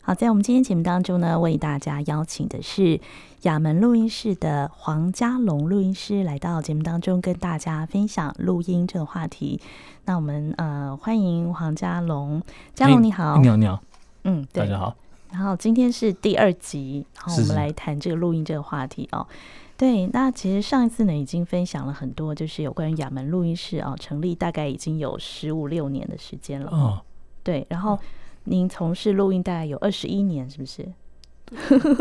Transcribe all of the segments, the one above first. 好，在我们今天节目当中呢，为大家邀请的是亚门录音室的黄家龙录音师来到节目当中，跟大家分享录音这个话题。那我们呃，欢迎黄家龙，家龙你好，你好，你好，嗯，大对家。好。然后今天是第二集，然后我是们是来谈这个录音这个话题哦。对，那其实上一次呢，已经分享了很多，就是有关于亚门录音室啊、成立大概已经有十五六年的时间了。哦， 对，然后您从事录音大概有二十一年，是不是？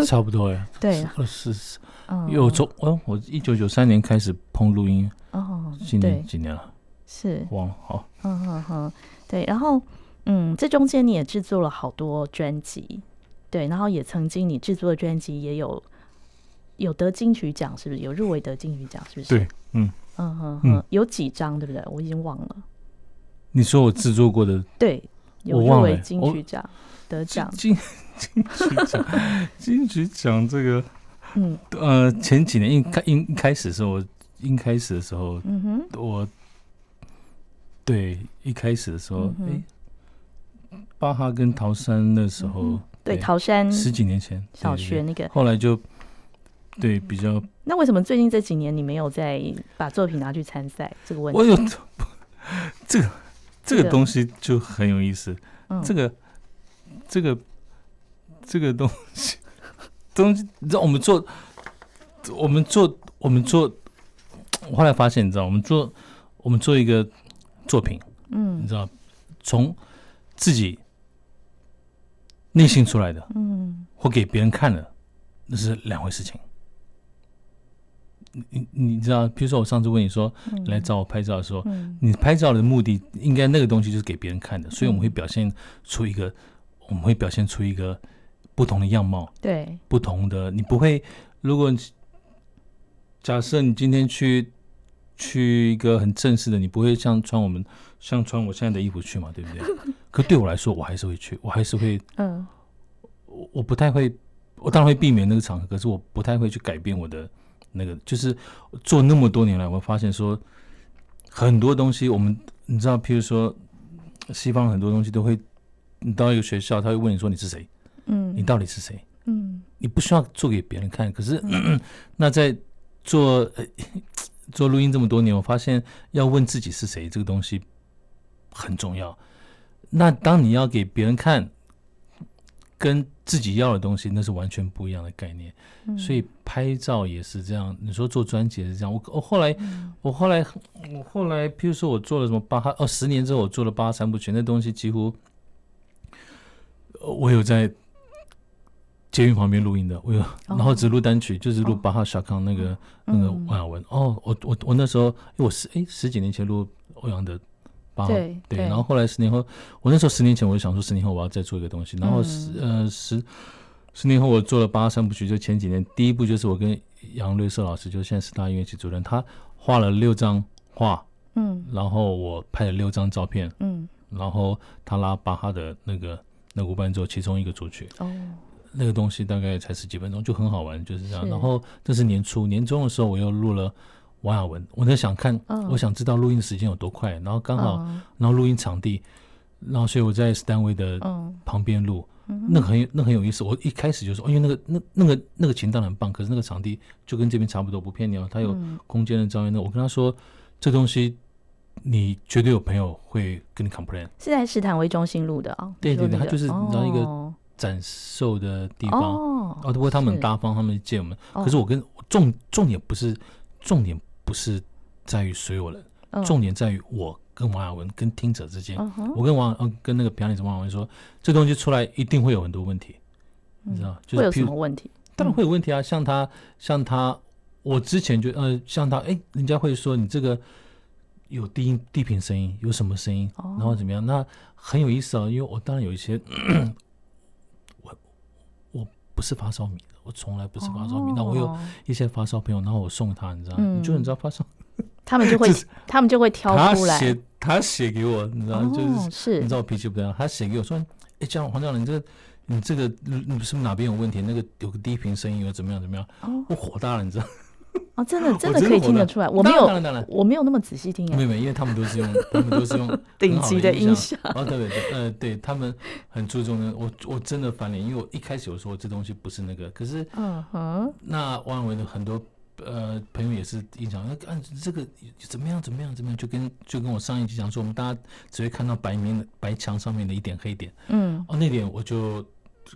差不多呀。对啊是，二十，嗯，因为我从哦，我一九九三年开始碰录音，哦，今对年，几年了？是，忘了。好，嗯哼哼，对，然后嗯，这中间你也制作了好多专辑，对，然后也曾经你制作的专辑也有有得金曲奖，是不是？有入围得金曲奖，是不是？对，嗯，嗯哼嗯哼，有几张对不对？我已经忘了，你说我制作过的对，有我入忘围了金我曲奖得奖，金 金曲奖，金曲奖这个，嗯呃，前几年一开一一开始的时候，我一开始的时候，嗯哼，我对一开始的时候嗯，哼诶，巴哈跟陶山那时候嗯，对，对桃山十几年前，对小对学那个，后来就对比较，那为什么最近这几年你没有再把作品拿去参赛？这个问题，我有 这个这这个个东西就很有意思，嗯，这个这个这个东西东西，你知道我们做我们做我们做，我后来发现你知道我们做我们做一个作品，你嗯知道从自己内心出来的嗯或给别人看的，那是两回事情。你你你知道，比如说我上次问你说嗯，来找我拍照的时候，嗯你拍照的目的应该那个东西就是给别人看的，所以我们会表现出一个，我们会表现出一个不同的样貌，对，不同的你不会，如果你假设你今天去去一个很正式的，你不会像穿我们像穿我现在的衣服去嘛，对不对？可对我来说，我还是会去，我还是会嗯我我不太会，我当然会避免那个场合，可是我不太会去改变我的那个，就是做那么多年来，我发现说很多东西，我们你知道，譬如说西方很多东西都会，你到一个学校，他会问你说你是谁，嗯你到底是谁，嗯你不需要做给别人看，可是 那在做呃做录音这么多年，我发现要问自己是谁这个东西很重要。那当你要给别人看，跟自己要的东西，那是完全不一样的概念。嗯，所以拍照也是这样，你说做专辑也是这样。我我后来我后来我后来，譬如说我做了什么八哈哦，十年之后我做了八哈三部曲，那东西几乎呃我有在监狱旁边录音的，我有，然后只录单曲，就是录哦巴哈小康那个、那个嗯欧阳文。哦，我我我那时候，因为我十哎十几年前录欧阳的巴哈。对啊对，然后后来十年后，我那时候十年前我就想说，十年后我要再做一个东西。然后十、嗯呃十十年后我做了八三部曲，就前几年第一部就是我跟杨瑞寿老师，就是现在师大音乐系主任，他画了六张画，嗯然后我拍了六张照片，嗯然后他拉巴哈的那个那个无伴奏其中一个主曲，哦那个东西大概才十几分钟，就很好玩，就是这样。是然后这是年初，年终的时候我又录了王雅文，我在想看，嗯我想知道录音时间有多快，然后刚好、嗯然后录音场地，然后所以我在 Stanway 的嗯旁边录，嗯那个很有那个很有意思。我一开始就说，哦因为那个那那个那个琴当然很棒，可是那个场地就跟这边差不多，不骗你哦，它有嗯空间的照应。那我跟他说，这东西你绝对有朋友会跟你 complain 是在石潭为中心录的啊，对你说对对那它就是你知道一个哦展售的地方。哦，哦，不过他们是很大方，他们借我们。哦可是我跟重重点不是重点不是在于所有人，嗯重点在于我跟王雅文跟听者之间。嗯哼我跟王嗯跟那个表演者王文说，这东西出来一定会有很多问题，你知道？就会有是譬什如么问题？当然会有问题啊，像他像他，我之前就呃像他，哎，人家会说你这个有低音低频声音，有什么声音，哦然后怎么样？那很有意思啊，因为我当然有一些我我不是发烧迷的，我从来不是发烧迷，那我有哦一些发烧朋友，然后我送他，你知道，嗯你就你知道发烧，他们就会这是他们就会挑他出来，写他写给我，你知道，就是哦是你知道我脾气不太好，他写给我说：“哎，这样黄教授，你这个你这个你是不是哪边有问题？那个有个低频声音，又怎么样怎么样哦？”我火大了，你知道？哦，真的真我可以活听得出来，我没当然有当然当然，我没有那么仔细听没哎，有没有，因为他们都是用，他们都是用顶很好级的的音响。哦，对对对，呃，对他们很注重的，我我真的翻脸，因为我一开始有说这东西不是那个，可是嗯哼，那汪伟的很多呃朋友也是印象，那啊这个怎么样怎么样怎么样，就跟就跟我上一集讲说，我们大家只会看到白面的白墙上面的一点黑点，嗯哦，那点我就，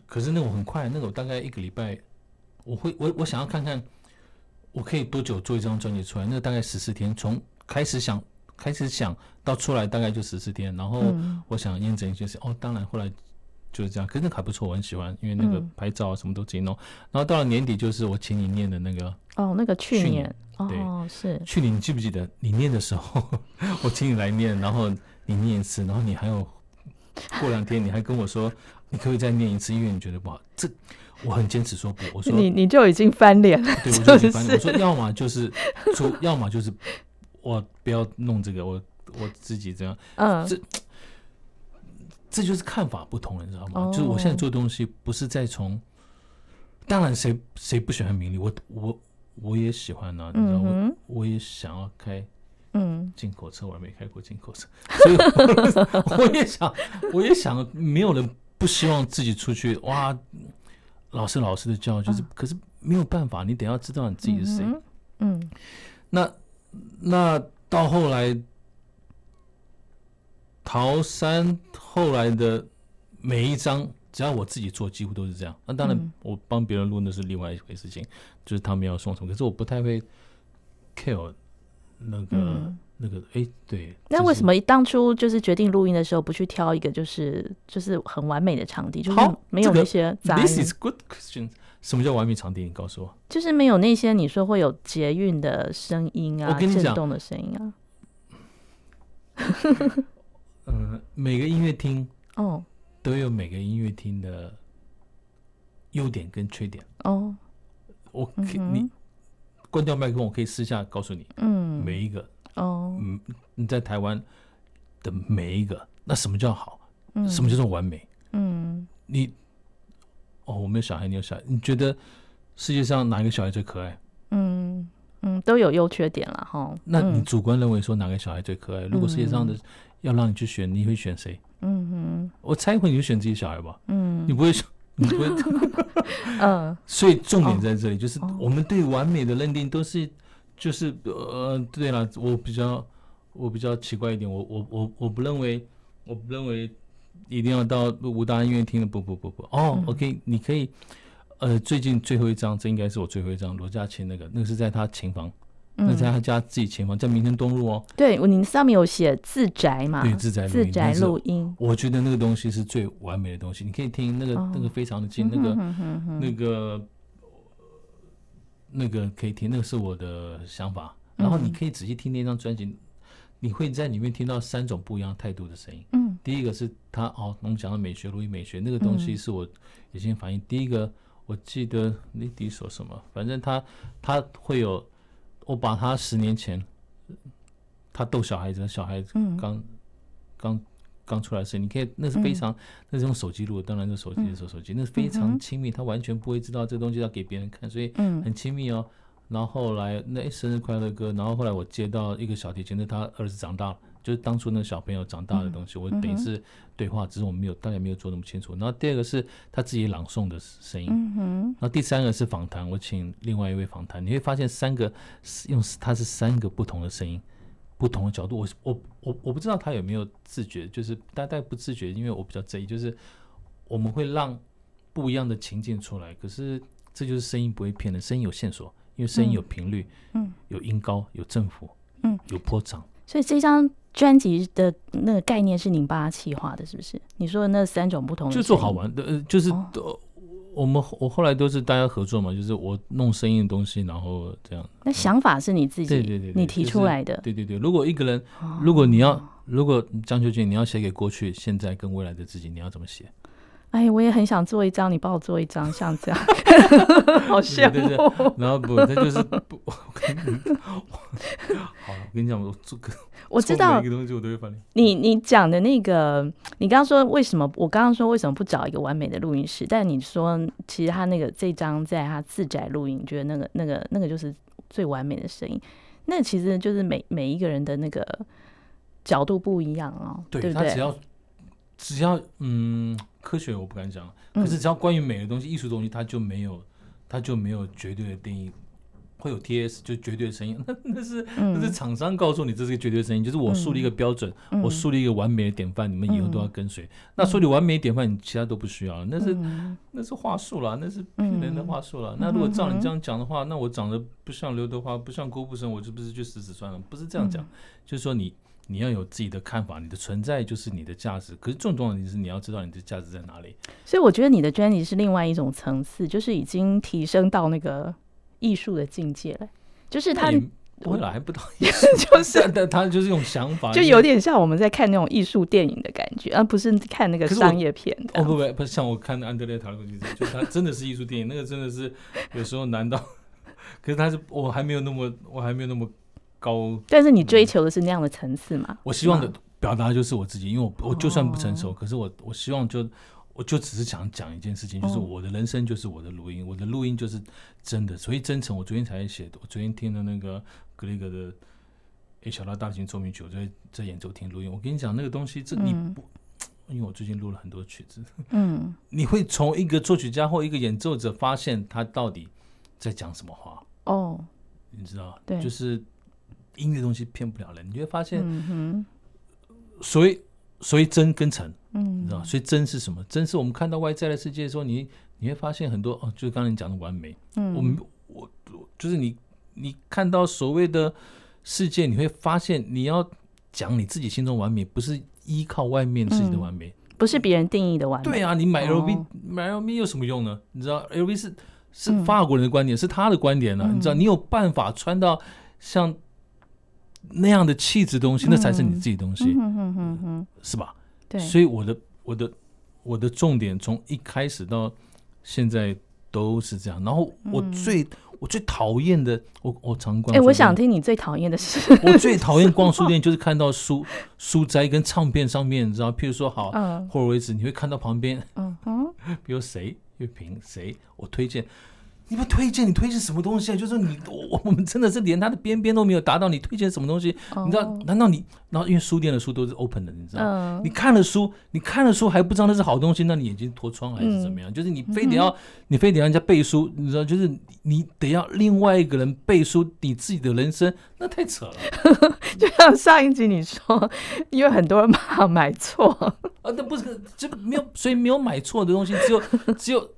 可是那个我很快，那个我大概一个礼拜，我会我我想要看看，我可以多久做一张专辑出来？那大概十四天，从开始想开始想到出来大概就十四天，然后嗯我想验证一些事，哦，当然后来就是这样，可是那个还不错，我很喜欢，因为那个嗯拍照啊什么都自己弄，然后到了年底就是我请你念的那个，哦，那个去去年对哦是去年你记不记得你念的时候， 我请你来念，然后你念一次，然后你还有过两天你还跟我说，你可不可以再念一次，因为你觉得不好。这我很坚持说不，我说你你就已经翻脸了，对，我就就已经翻是脸，我说要么就是出，要么就是我不要弄这个，我我自己这样，嗯这这就是看法不同，你知道吗？哦就是我现在做东西不是在从，当然谁谁不喜欢名利，我我我也喜欢呐、你知道嗯吗？哼我我也想要开。嗯进口车，我还没开过进口车，所以我 我也想，我也想，没有人不希望自己出去哇，老师老师的教，就是，可是没有办法，你得要知道你自己是谁。嗯哼嗯那那到后来，桃山后来的每一张，只要我自己做，几乎都是这样。那当嗯然，我帮别人录那是另外一回事情，就是他们要送什么，可是我不太会 care 那个、嗯那个，哎，对。那为什么？么当初就是决定录音的时候不去挑一个就是就是很完美的场地，就是好没有这个那些杂音， This is good question。什么叫完美场地？你告诉我。就是没有那些你说会有捷运的声音啊，我跟你震讲动的声音啊，嗯，每个音乐厅哦都有每个音乐厅的优点跟缺点。哦我嗯可以、你哼关掉麦克风，我可以私下告诉你，嗯每一个，哦嗯，你在台湾的每一个，那什么叫好？嗯什么叫做完美？嗯你，哦，我没有小孩，你有小孩，你觉得世界上哪一个小孩最可爱？嗯嗯都有优缺点了哈，那你嗯主观认为说哪个小孩最可爱？如果世界上的要让你去选，你会选谁？嗯我猜会你就选自己小孩吧，嗯你不会选，你不会。嗯嗯 所以重点在这里，就是哦我们对完美的认定都是，就是呃，对了，我比较我比较奇怪一点，我我我我不认为，我不认为一定要到武大音乐厅的，不不不不，哦、嗯 o k 你可以，呃，最近最后一张，这应该是我最后一张罗家琴那个，那个是在他琴房，那在嗯，他家自己琴房，在民生东路哦，对，我你上面有写自宅嘛，对，自宅录啊自音，宅但是录音，我觉得那个东西是最完美的东西，你可以听那个、哦那个非常的近，那个。嗯哼哼那个呃那个可以听，那个是我的想法。然后你可以仔细听那张专辑，你会在里面听到三种不一样态度的声音。嗯第一个是他哦，我们讲的美学、录音美学那个东西是我已经反映。第一个我记得那第一首什么，反正他他会有，我把他十年前他逗小孩子，小孩子嗯刚刚刚出来的时候，你可以那是非常、那是用手机录的，当然是手机的时候手机，那是非嗯常哼亲密，他完全不会知道这东西要给别人看，所以嗯很亲密哦。然后后来那诶生日快乐歌，然后后来我接到一个小提琴，那他儿子长大了，就是当初那个小朋友长嗯大的东西，我等于是对话，只是我们没有大家没有做那么清楚。然后第二个是他自己朗诵的声音，嗯哼然后第三个是访谈，我请另外一位访谈，你会发现三个是用它是三个不同的声音，不同的角度。我我我我不知道他有没有自觉，就是大概不自觉，因为我比较在意，就是我们会让不一样的情境出来。可是这就是声音不会骗人，声音有线索，因为声音有频率，嗯，有音高，有振幅，嗯，有波长。所以这张专辑的那个概念是你帮他企划的，是不是？你说的那三种不同的就声做音好，玩的，呃，就是、嗯哦呃我们我后来都是大家合作嘛，就是我弄声音的东西，然后这样。那想法是你自己，对对对对你提就是出来的。对对对，如果一个人哦如果你要，如果张秋瑾你要写给过去、现在跟未来的自己，你要怎么写？哎，我也很想做一张，你帮我做一张，像这 样， 好羡对对慕。然后不，他就是不，我跟你， 好了，我跟你讲，我这个我知道每一个东西我都会翻脸。你你讲的那个，你刚刚说为什么？我刚刚说为什么不找一个完美的录音室？但你说其实他那个这张在他自宅录音，你觉得那个那个那个就是最完美的声音。那其实就是每每一个人的那个角度不一样哦，对不他只对？要只要嗯，科学我不敢讲，可嗯是只要关于美的东西、艺术东西，它就没有它就没有绝对的定义。会有 TS 就绝对的声音， 那那是嗯那是厂商告诉你这是个绝对的声音，就是我树立一个标准，嗯我树立一个完美的典范，你们以后都要跟随。那树立完美的典范，你其他都不需要了，那是嗯那是话术啦，那是骗人的话术啦。那如果照你这样讲的话，那我长得不像刘德华，不像郭富城，我是不是去死死算了？不是这样嗯讲，就是说你你要有自己的看法，你的存在就是你的价值。可是最重要的是你要知道你的价值在哪里。所以我觉得你的专辑是另外一种层次，就是已经提升到那个艺术的境界了，就是那它也不会啦，还不到 就但但他就是用想法，就有点像我们在看那种艺术电影的感觉，而、不是看那个可是我商业片这哦样。不不不，像我看的安德烈塔洛夫斯基，就他真的是艺术电影，那个真的是有时候难到， 可是他是我还没有那么我还没有那么高，但是你追求的是那样的层次嘛？我希望的是吗哦表达就是我自己，因为我我就算不成熟，可是我我希望就我就只是想讲一件事情，就是哦我的人生就是我的录音，我的录音就是真的，所以真诚。我昨天才写，我昨天听了那个格雷格的。A 小调大提琴奏鸣曲，我在在演奏厅录音。我跟你讲，那个东西，这你嗯不，因为我最近录了很多曲子，嗯，你会从一个作曲家或一个演奏者发现他到底在讲什么话，哦，你知道？对就是音乐东西骗不了人，你会发现，嗯哼，所以所以真跟诚，你知嗯道？所以真是什么？真是我们看到外在的世界的时候，你你会发现很多哦，就是刚才你讲的完美，我嗯们我我就是你你看到所谓的世界，你会发现你要讲你自己心中完美，不是依靠外面世界的嗯完美。不是别人定义的完美。对啊，你买 LV、哦买 LV 有什么用呢？你知道 LV 是是嗯法国人的观点，是他的观点呢、啊嗯你知道，你有办法穿到像那样的气质东西，那才是你自己的东西，嗯哼哼哼哼，是吧？对，所以我的我的我的重点从一开始到现在都是这样。然后我最、我最讨厌的，我我常逛嗯哎、书店。我想听你最讨厌的 是，我最讨厌逛书店，就是看到书书斋跟唱片上面，你知道，譬如说好嗯霍尔维茨，你会看到旁边嗯哼，比如谁乐评谁，我推荐，你不推荐，你推荐什么东西啊？就是你我我们真的是连他的边边都没有达到，你推荐什么东西？哦你知道？难道你？然后因为书店的书都是 open 的，你知道？嗯你看了书，你看了书还不知道那是好东西，那你眼睛脱窗还是怎么样？就是你非得要，你非得让人家背书，你知道？就是你得要另外一个人背书你自己的人生，那太扯了就像啊上一集你说，因为很多人怕买错，啊！那不是就没有，所以没有买错的东西，只有 只有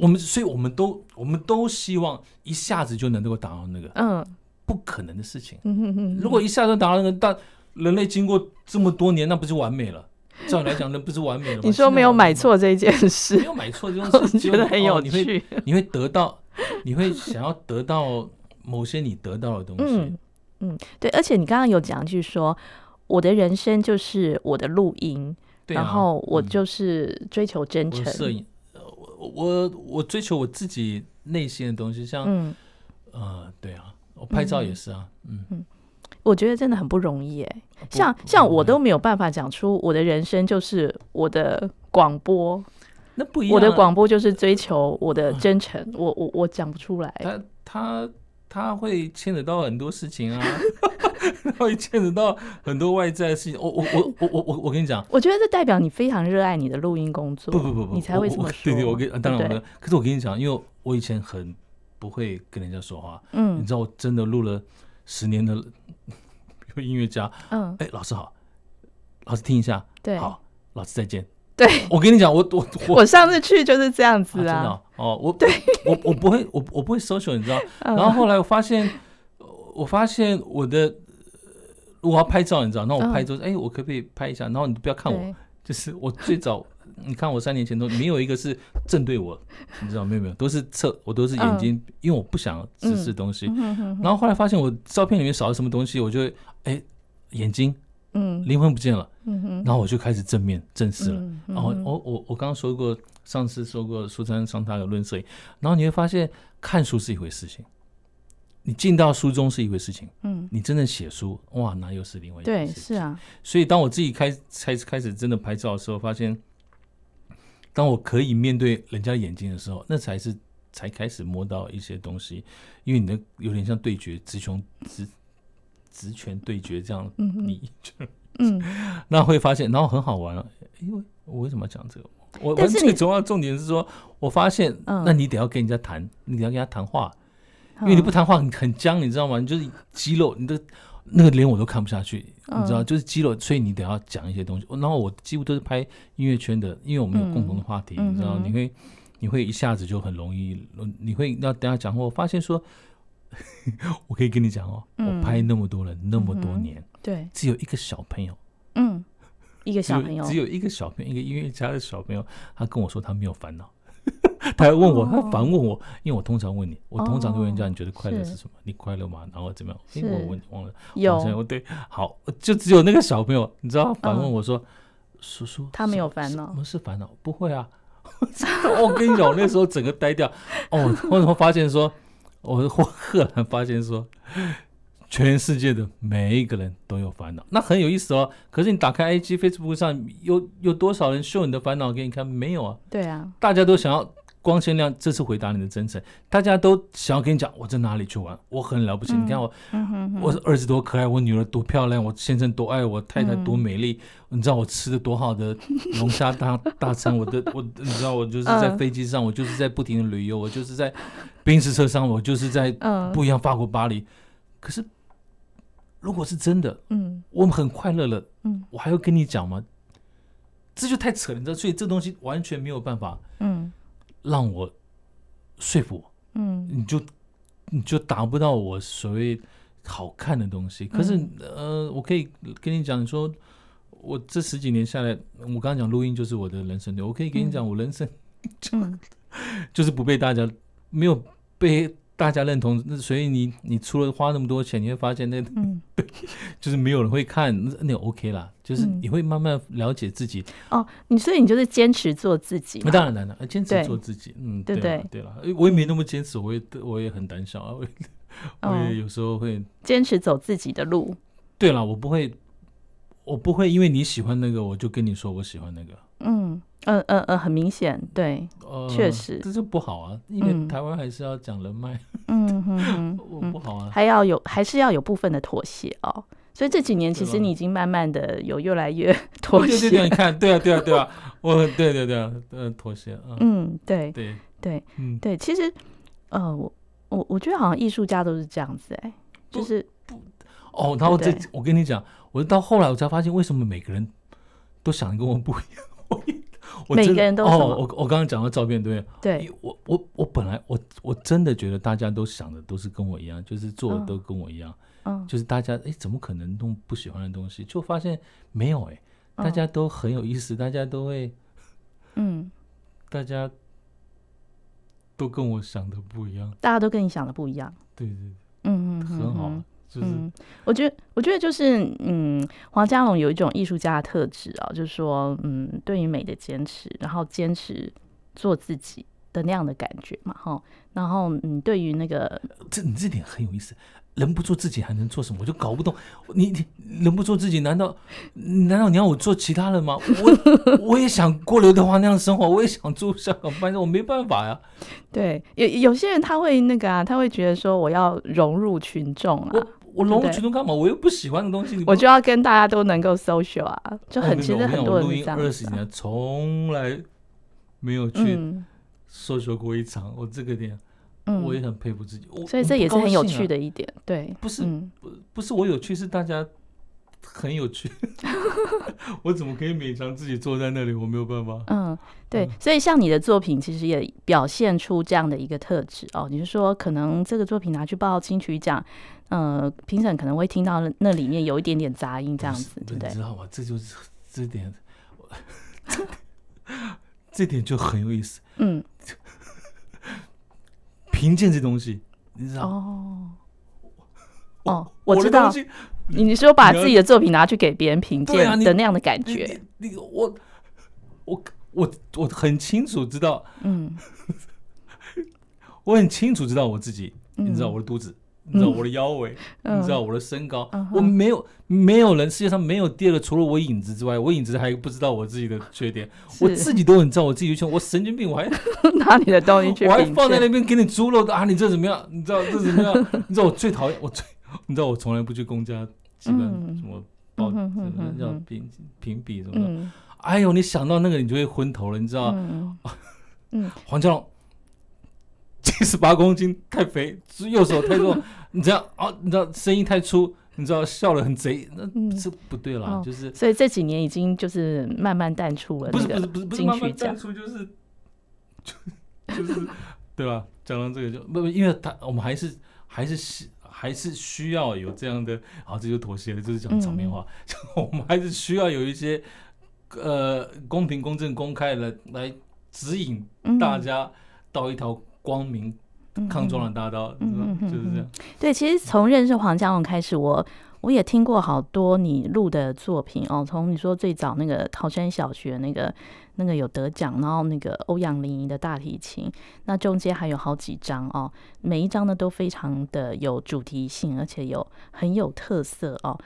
我们，所以我们都我们都希望一下子就能够达到那个，嗯不可能的事情。嗯哼哼，如果一下就达到那个，但人类经过这么多年，那不是完美了？照你来讲，那不是完美了吗？你说没有买错这件 现在事，完美吗，没有买错这 我种事情，觉得很有哦你会趣，你会得到，你会想要得到某些你得到的东西嗯。嗯，对，而且你刚刚有讲，就是说我的人生就是我的录音，对啊，然后我嗯就是追求真我的摄诚，影，呃我我我追求我自己内心的东西，像嗯，呃，对啊，我拍照也是啊，嗯，我觉得真的很不容易哎，不像像我不都没有办法讲出我的人生就是我的广播，那不一样啊，嗯我的广播就是追求我的真诚，我我我讲不出来，他他他会牵扯到很多事情 啊，他会牵扯到很多外在的事情。我我我我我我我跟你讲，我觉得这代表你非常热爱你的录音工作，不不不不，你才我会我 这么说，对对，我跟当然对我不对跟，可是我跟你讲，因为我以前很不会跟人家说话，你嗯知道我真的录了十年的音乐家，嗯，哎，老师好，老师听一下，对，好，老师再见。对我跟你讲，我我我我上次去就是这样啊真子的哦，哦我对，我我不会，我我不会 social，你知道？嗯然后后来我发现，呃我发现我的呃我要拍照，你知道？那我嗯拍照，哎，我可不可以拍一下？然后你不要看我，对就是我最早，你看我三年前都没有一个是正对我，你知道没有没有？都是侧，我都是眼睛，因为我不想直视东西。嗯哼哼哼然后后来发现我照片里面少了什么东西，我就会哎眼睛嗯灵魂不见了，嗯哼，然后我就开始正面正视了。嗯然后嗯我我我刚刚说过，上次说过苏珊桑塔格论摄影，然后你会发现看书是一回事情，你进到书中是一回事情，嗯，你真正写书哇，那又是另外一回对，事情。是啊，所以当我自己开开始开始真的拍照的时候，发现，当我可以面对人家的眼睛的时候，那才是才开始摸到一些东西，因为你的有点像对决，直球直直拳对决这样，嗯哼你就嗯， 那会发现，然后很好玩了、因为我为什么要讲这个？我但我是你最重要的重点是说，我发现，嗯那你得要跟人家谈，你得要跟他谈话，因为你嗯不谈话很很僵，你知道吗？你就是肌肉，你的那个脸我都看不下去，嗯你知道，就是肌肉，所以你得要讲一些东西。然后我几乎都是拍音乐圈的，因为我们有共同的话题，嗯你知道嗯，哼你会你会一下子就很容易，你会要等下讲话，我发现说， 我可以跟你讲哦，嗯我拍那么多人那么多嗯哼年，对，只有一个小朋友。嗯，一个只小有朋友只有一个小朋友，一个音乐家的小朋友，他跟我说他没有烦恼， 他还问我，他反问我，因为我通常问你，我通常都问人家哦你觉得快乐是是什么？你快乐吗？然后怎么样？是因为我问忘了，好像有我对，好，就只有那个小朋友，你知道，反问嗯我说，叔叔，他没什有烦恼什么是烦恼？不会啊， 我跟你讲，我那时候整个呆掉，哦，我怎么发现说，我我赫然发现说。全世界的每一个人都有烦恼，那很有意思哦。可是你打开 IG、Facebook 上有有多少人秀你的烦恼给你看？没有啊，对啊，大家都想要光鲜亮，这是回答你的真诚。大家都想要跟你讲，我在哪里去玩，我很了不起。嗯你看我，嗯哼哼，我儿子多可爱，我女儿多漂亮，我先生多爱我，太太多美丽。嗯你知道我吃的多好的龙虾大大餐，我的我，你知道我就是在嗯飞机上，我就是在不停的旅游，我就是在宾士车上，我就是在嗯，不一样，法国巴黎。可是如果是真的，嗯我们很快乐了，嗯我还要跟你讲吗？这就太扯了，你知道，所以这东西完全没有办法嗯让我说服我，嗯你就你就达不到我所谓好看的东嗯西。可是、呃，我可以跟你讲，你说我这十几年下来，我刚刚讲录音就是我的人生流，我可以跟你讲，我人生 嗯就是不被大家没有被大家认同，那所以你你除了花那么多钱，你会发现那嗯，就是没有人会看，那那 OK 啦，就是嗯你会慢慢了解自己。哦，你所以你就是坚持做自己那嘛，当然当然，坚持对做自己，嗯，对不啦对了，诶我也没那么坚持，我也我也很胆小啊，我也我哦也有时候会，坚持走自己的路，对了，我不会。我不会因为你喜欢那个，我就跟你说我喜欢那个。嗯嗯嗯嗯，很明显，对，呃，确实这就不好啊，因嗯为台湾还是要讲人脉， 嗯哼哼，我嗯不好啊。还要有还是要有部分的妥协哦。所以这几年其实对吧啊你已经慢慢的有越来越 妥对对对，协你，看，对啊对啊对啊，我对对对啊，呃，妥协啊，嗯，对对对嗯，对，其实呃，我我我觉得好像艺术家都是这样子哎、就不是哦，然后对这不对我跟你讲，我到后来我才发现，为什么每个人都想的跟我不一样。我每真个的人都哦什么，我我刚刚讲到照片，对不对？对，因为我我我本来我我真的觉得大家都想的都是跟我一样，就是做嗯的都跟我一样，嗯，就是大家哎，怎么可能弄不喜欢的东西？就发现没有哎，大嗯家都很有意思，大家都会，嗯，大家都跟我想的不一样，大家都跟你想的不一样，对对，嗯嗯，很好啊，就是嗯，我觉得，我觉得就是，嗯，黄家龙有一种艺术家的特质啊，就是说，嗯，对于美的坚持，然后坚持做自己的那样的感觉嘛，哈。然后，嗯，对于那个，这你这点很有意思，人不做自己还能做什么？我就搞不懂，你你人不做自己，难道难道你要我做其他人吗？我 我也想过刘德华那样的生活，我也想住香港，但是我没办法呀、 对，有有些人他会那个啊，他会觉得说，我要融入群众啊我，我融入群众干嘛？我又不喜欢的东西，你不我就要跟大家都能够 social 啊，就哦很、没有其我实跟很你讲多我人录是音这样二子十啊、年从来没有去嗯搜索过一场，我这个点嗯，我也很佩服自己。我所以这也是很有趣。我不高兴啊的一点，对，不是嗯不不是我有趣，是大家 很 有趣。我怎么可以勉强自己坐在那里？我没有办法。嗯，对嗯，所以像你的作品，其实也表现出这样的一个特质哦。你是说，可能这个作品拿去报金曲奖，呃，评审可能会听到那里面有一点点杂音，这样子，对不对你知？道吗？这就是这点， 这点就很有意思。嗯，评鉴这东西，你知道？哦，哦，我我的知道东，西你你说把你要自己的作品拿去给别人评对啊鉴你的那样的感你觉，你你我我我我很清楚知道，嗯，我很清楚知道我自己，你知道嗯我的肚子，你知道我的腰围，你知道我的身高，嗯哼我没有没有人世界上没有第二个除了我影子之外，我影子还不知道我自己的缺点，我是自己都很知道我自己的缺点，我神经病，我还拿你的东西去我还评放在鉴那边给你猪肉的啊，你这怎么样？你知道这怎么样？你知道我最讨厌我最，你知道我从来不去公家机关嗯什么报嗯什哼哼么哼要哼评评比什么的，嗯哎呦，你想到那个你就会昏头了，你知道嗯嗯，黄家龙 七十八公斤太肥，右手太弱， 你这样啊，你知道声音太粗，你知道笑得很贼，那嗯这不对啦哦，就是所以这几年已经就是慢慢淡出了不那是不是个不是不是金慢曲慢奖淡，出就是 就就是对吧？讲到这个就不不，因为他我们还是还是需还是需要有这样的，啊，这就妥协了，这是讲场面话，嗯 我们还是需要有一些呃公平、公正、公开的来指引嗯大家到一条光明康庄的大道，嗯嗯嗯嗯就是这样。对，其实从认识黄家龙开始，我我也听过好多你录的作品哦。从你说最早那个桃山小学那个那个有得奖，然后那个欧阳林怡的大提琴，那中间还有好几张哦，每一张呢都非常的有主题性，而且有很有特色哦。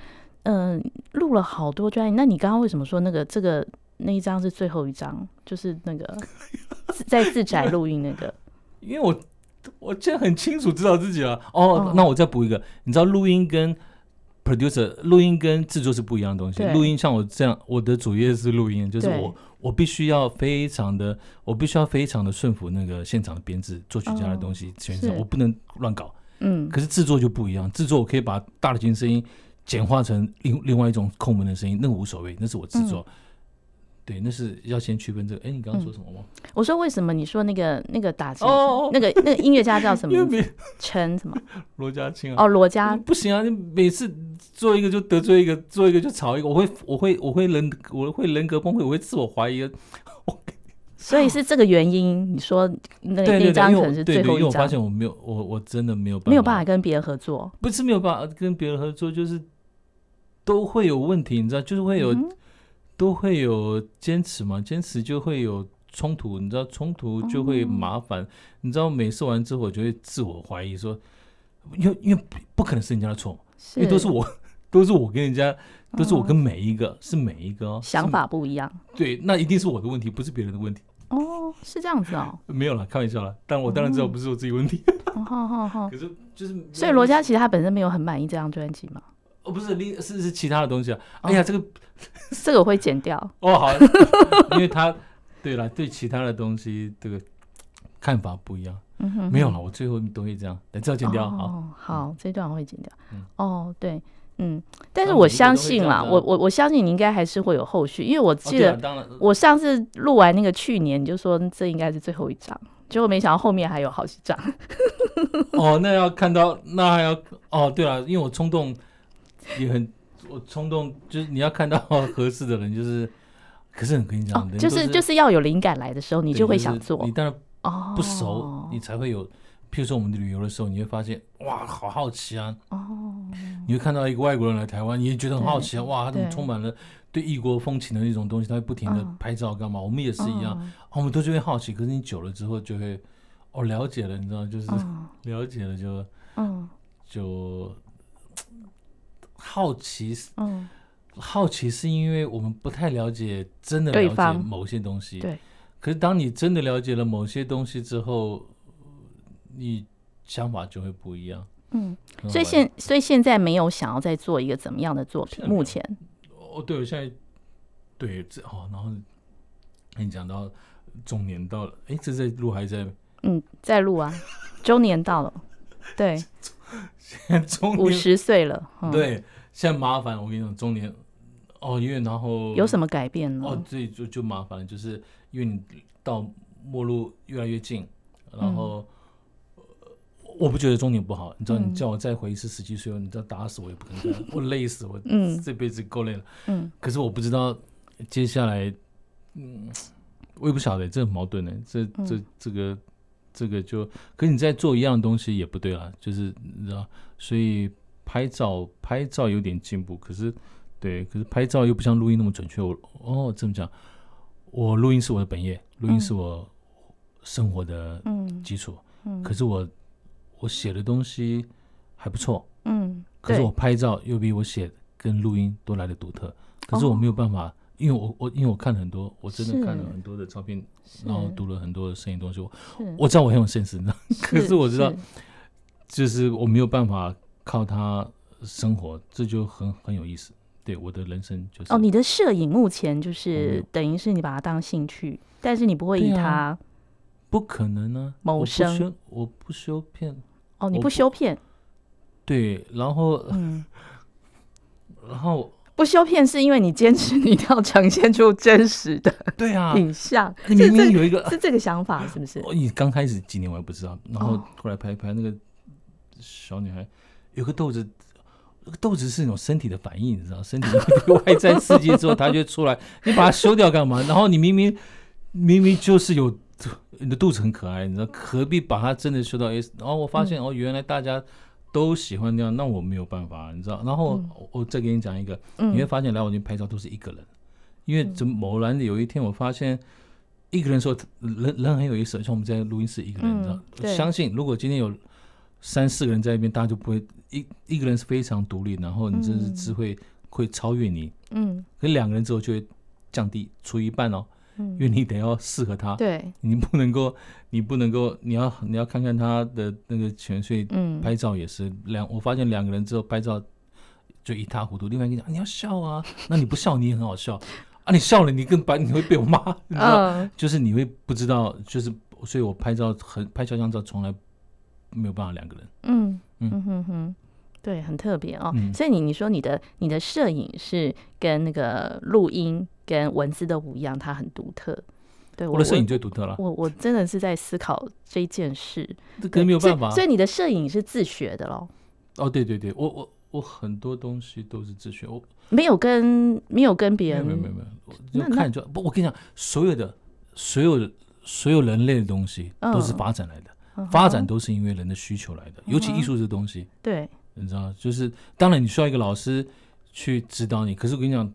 嗯、录了好多专辑。那你刚刚为什么说那个这个那一张是最后一张，就是那个自在自宅录音那个？因为我我现在很清楚知道自己了。哦，哦那我再补一个，你知道录音跟 producer 录音跟制作是不一样的东西对。录音像我这样，我的主业是录音，就是对我我必须要非常的，我必须要非常的顺服那个现场的编制，作曲家的哦东西选是手，我不能乱搞。嗯，可是制作就不一样，制作我可以把大提琴声音简化成另另外一种空门的声音，那个无所谓，那是我制作。嗯对，那是要先区分这个。哎，你刚刚说什么吗？我说为什么你说那个那个打击、哦哦那个那个音乐家叫什么因为名字？别陈什么？罗家清啊，哦，罗家嗯不行啊！你每次做一个就得罪一个，做一个就吵一个，我会我会我会人我会人格崩溃，我会自我怀疑。啊所以是这个原因。你说那那对对对，张因为可我能是对最对，因后为一我张发，现我没有我我真的没有办法，没有办法跟别人合作。不是没有办法跟别人合作，就是都会有问题，你知道，就是会有、嗯都会有坚持嘛，坚持就会有冲突，你知道冲突就会麻烦，哦你知道每次完之后我就会自我怀疑说，因为因为不不可能是人家的错，因为都是我都是我跟人家。都是我跟每一个、是每一个、哦、是哦想法不一样。对，那一定是我的问题，不是别人的问题。哦，是这样子 哦。没有了，开玩笑了。但我当然知道嗯不是我自己问题，哦好好好。可是就是所以罗家其实他本身没有很满意这张专辑 嘛，哦，不是另是是其他的东西啊。哦哎呀，这个这个我会剪掉。哦好， 因为他对了，对其他的东西这个看法不一样。嗯哼，没有了，我最后都会这样，等知道剪掉好。哦，好，这段我会剪掉嗯。哦，对，嗯，但那是每我一个相都会这信样啦，子啊我我我相信你应该还是会有后续，因为我哦记对得啊，当然，我上次录完那个去年，你就说这应该是最后一张，结果没想到后面还有好几张。哦，那要看到，那还要哦，对了，因为我冲动也很，我冲动就是你要看到 合适的人，就是，可是很跟你讲，哦人，就都是是就是要有灵感来的时候，你你就会想做你当然哦。不熟，你才会有。譬如说我们旅游的时候，你会发现哇，好好奇啊！哦，你会看到一个外国人来台湾，你也觉得很好奇啊！哇，他怎么对充满了对异国风情的一种东西？他会不停的嗯拍照干嘛？我们也是一样，啊嗯。我们都就会好奇。可是你久了之后就会哦，了解了，你知道，就是嗯了解了就嗯就好奇，嗯，好奇是因为我们不太了解，真的对了解方某些东西。对。可是当你真的了解了某些东西之后，你想法就会不一样。嗯很好玩所以现所以现在没有想要再做一个怎么样的作现品，在没有目前哦，对，我现在对这哦，然后你讲到中年到了，哎，这在录还在嗯在录啊，周年到了，对， 中五年十岁了，嗯，对，现在麻烦我跟你讲，中年哦，因为然后嗯有什么改变呢？哦，这就就麻烦了，就是因为你到末路越来越近，然嗯后、呃我不觉得中年不好，你知道，嗯你叫我再回一次十七岁，你知道打死我也不 肯干，我累死我，嗯这辈子够累了。嗯可是我不知道接下来，嗯，我也不晓得，这很矛盾呢、这嗯这这个这个就，可是你在做一样的东西也不对啦，就是你知道，所以拍照拍照有点进步，可是对，可是拍照又不像录音那么准确。我哦，这么讲，我录音是我的本业，录音嗯是我生活的嗯基础，嗯可是我我写的东西。还不错，嗯，可是对哦我拍照又比我写跟录音都来的独特，可是我没有办法，因为我我因为我看了很多，我真的看了是很多的照片，是然后读了很多的摄影东西，我是我知道我很有现实 的，可是我知道是就是我没有办法靠它生活，这就很很有意思。对我的人生就是哦，你的摄影目前就哦没是有等于是你把它当兴趣，但是你不会对以它啊不可能呢、谋我不生修我不修片，哦，你不我不修 片，对，然后嗯，然后不修片是因为你坚持你一定要呈现出真实的对 啊，影像，你明明有一个是这个想法是不是？我哦一刚开始几年我还不知道，然后哦后来拍一拍那个小女孩，有个豆子，那个豆子是那种身体的反应，你知道，身体 外在刺激之后它就会出来，你把它修掉干嘛？然后你明明明明就是有你的肚子很可爱，你知道，何必把它真的修到 S？然后我发嗯现、哦，原来大家。都喜欢那样，那我没有办法，你知道。然后嗯我我再给你讲一个，你会嗯发现来我这边拍照都是一个人，因为怎么偶然的有一天我发现一个人的时候，人人很有意思，像我们在录音室一个人，嗯你知道，对我相信如果今天有三四个人在那边，大家就不会一一个人是非常独立，然后你真是嗯智慧会超越你，嗯可是两个人之后就会降低除一半哦，因嗯，为你得要适合他，对，你不能够，你不能够，你要你要看看他的那个情绪，嗯，拍照也是两，我发现两个人之后拍照就一塌糊涂。另外一个讲、啊你要笑啊， 那你不笑你也很好笑啊，你笑了你更白，你会被我 骂，你知道？嗯就是你会不知道，就是所以我拍照很拍肖像照从来没有办法两个人。嗯嗯嗯哼哼。对，很特别哦。嗯所以你你说你的你的摄影是跟那个录音跟文字都不一样，它很独特。对我的摄影最独特了，我我真的是在思考这件事，这对个没有所以办法所。以你的摄影是自学的咯，哦，对对对，我我我很多东西都是自学，我没有跟没有跟别没有人，没有没有没有，我那就看就不，我跟你讲，所有的所有的所有人类的东西都是嗯发展来的，嗯哼发展都是因为人的需求来的，尤其嗯哼艺术这东西。对，你知道，就是当然你需要一个老师去指导你，可是我跟你讲，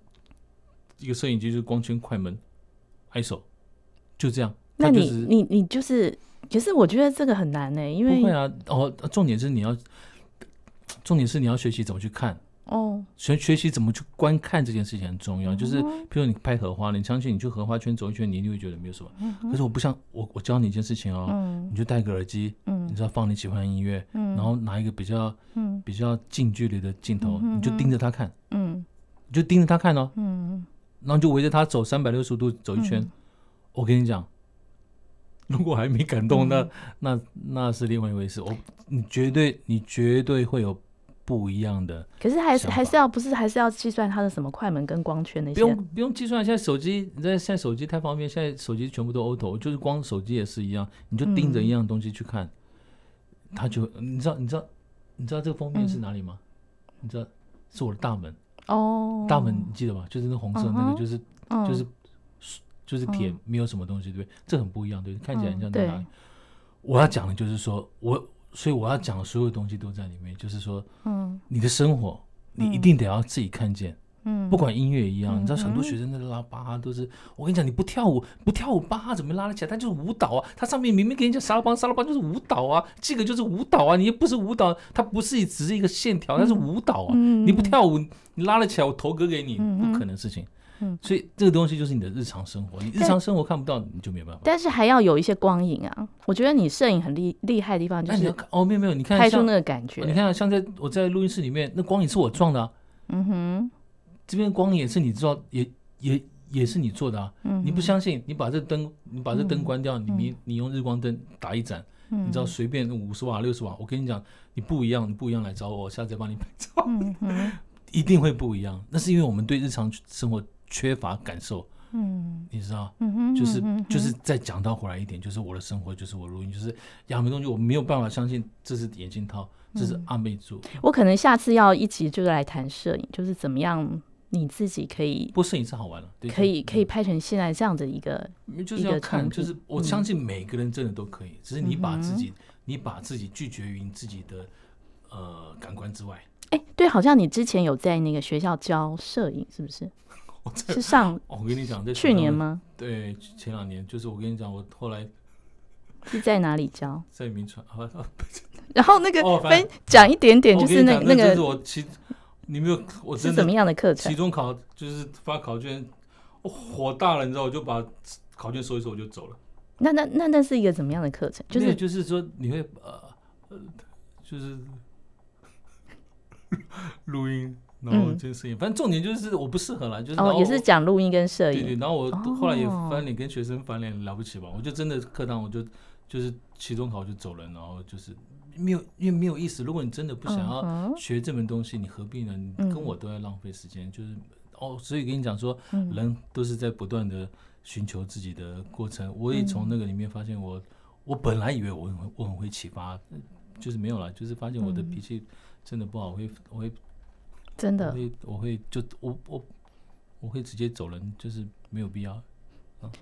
一个摄影机就是光圈、快门、ISO，就这样。那它就你是你你就是，可是我觉得这个很难呢、欸因不会为啊？哦，重点是你要，重点是你要学习怎么去看，哦，学学习怎么去观看这件事情很重要。就是哦譬如你拍荷花，你相信你去荷花圈走一圈，你一定会觉得没有什么。可是我不像我，我教你一件事情哦，嗯你就戴个耳机，你嗯知道放你喜欢的音乐，嗯，然后拿一个比较嗯比较近距离的镜头，嗯你就盯着它看，嗯你就盯着它看哦。嗯，然后就围着他走三百六十度走一圈。嗯我跟你讲，如果还没感动，嗯那那那是另外一回事。我你绝对你绝对会有不一样的，可是还是想法还是要不是还是要计算它的什么快门跟光圈那不些用，不用计算。现在手机，你在现在手机太方便，现在手机全部都 auto，就是光手机也是一样，你就盯着嗯一样东西去看，他就你知道你知道你知道这个封面嗯是哪里吗？你知道是我的大门，哦，大门你记得吧？就是那个红色嗯那哼个，就是嗯就是就是铁嗯，没有什么东西，对不对？这很不一样，对，看起来很嗯像在对哪里？我要讲的就是说，我所以我要讲的所有东西都在里面，就是说嗯你的生活，你一嗯定得要自己看见，嗯，不管音乐一样，你知道很多嗯哼学生在拉巴都是，我跟你讲，你不跳舞不跳舞巴怎么拉得起来？它就是舞蹈啊，它上面明明给你讲沙拉邦，沙拉邦就是舞蹈啊，这个就是舞蹈啊，你又不是舞蹈，它不是只是一个线条，它是舞蹈啊，嗯，你不跳舞，你拉得起来，我头割给你，嗯哼不可能事情。嗯所以这个东西就是你的日常生活，你日常生活看不到，你就没有办法。但是还要有一些光影啊。我觉得你摄影很厉厉害的地方就那你要是看哦，没有没有，你看拍出像哦那个感你觉。看像在我在录音室里面，那光影是我撞的、啊，嗯哼，这边光影也是你做，也也也是你做的啊。嗯哼，你不相信，你把这灯，你把这灯嗯关掉，你你你用日光灯打一盏，嗯，你知道随便五十瓦六十瓦，我跟你讲，你不一样，你不一样来找我，我下次再帮你拍照。嗯哼，一定会不一样。那是因为我们对日常生活缺乏感受，嗯你知道？嗯哼，就是嗯哼就是，再讲到回来一点，就是我的生活，就是我录音，就是亚美东西，我没有办法相信这是眼镜套，这嗯是阿妹做。我可能下次要一起就是来谈摄影，就是怎么样你自己可以不过摄影是好玩的，对可以可以，嗯拍成现在这样的一个，嗯就是一要个看，成品就是我嗯相信每个人真的都可以，只是你把嗯哼自己，你把自己拒绝于你自己的呃感官之外。哎，对，好像你之前有在那个学校教摄影，是不是？ 我这是上哦我跟你讲，这去年？吗？对，前两年就是我跟你讲，我后来是在哪里教？在名传啊，啊然后那个哦反分讲一点点，我就跟是你那讲那真是个我期，你没有，我是真怎的么样的课程期？中考就是发考卷，我火大了，你知道，我就把考卷收一收，我就走了。那那那那是一个怎么样的课程？就没有是就是说你会呃，呃就是 录音，然后嗯这个声音，反正重点就是我不适合啦，就是哦，也是讲。讲录音跟摄对对，影。然后我哦后来也翻脸，跟学生翻脸了不起吧？我就真的课堂，我就就是期中考就走了，然后就是没有，因为没有意思。如果你真的不想要嗯哼学这门东西，你何必呢？你嗯跟我都在浪费时间，就是哦，所以跟你讲说，嗯人都是在不断的寻求自己的过程。我也嗯从那个里面发现我，我本来以为我很会我很会启发，呃就是没有了，就是发现我的嗯脾气真的不好，我会我会真我的，会我会就我我我会直接走人，就是没有必要。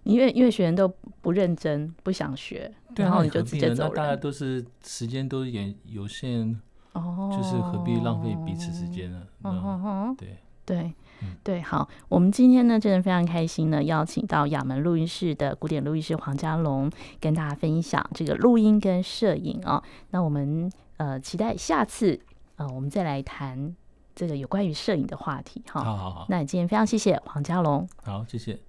因为因为学员都不认真，不想学，对啊然后那你何就直必接呢走那大家人。都是时间都也有限，哦，就是何必浪费彼此时？间呢？哦吼嗯，吼对，对嗯对，好，我们今天呢真的非常开心呢，邀请到亚门录音室的古典录音师黄家龙跟大家分享这个录音跟摄影哦。那我们呃期待下次呃我们再来谈这个有关于摄影的话题哈。好好好，那今天非常谢谢黄家龙。好，谢谢。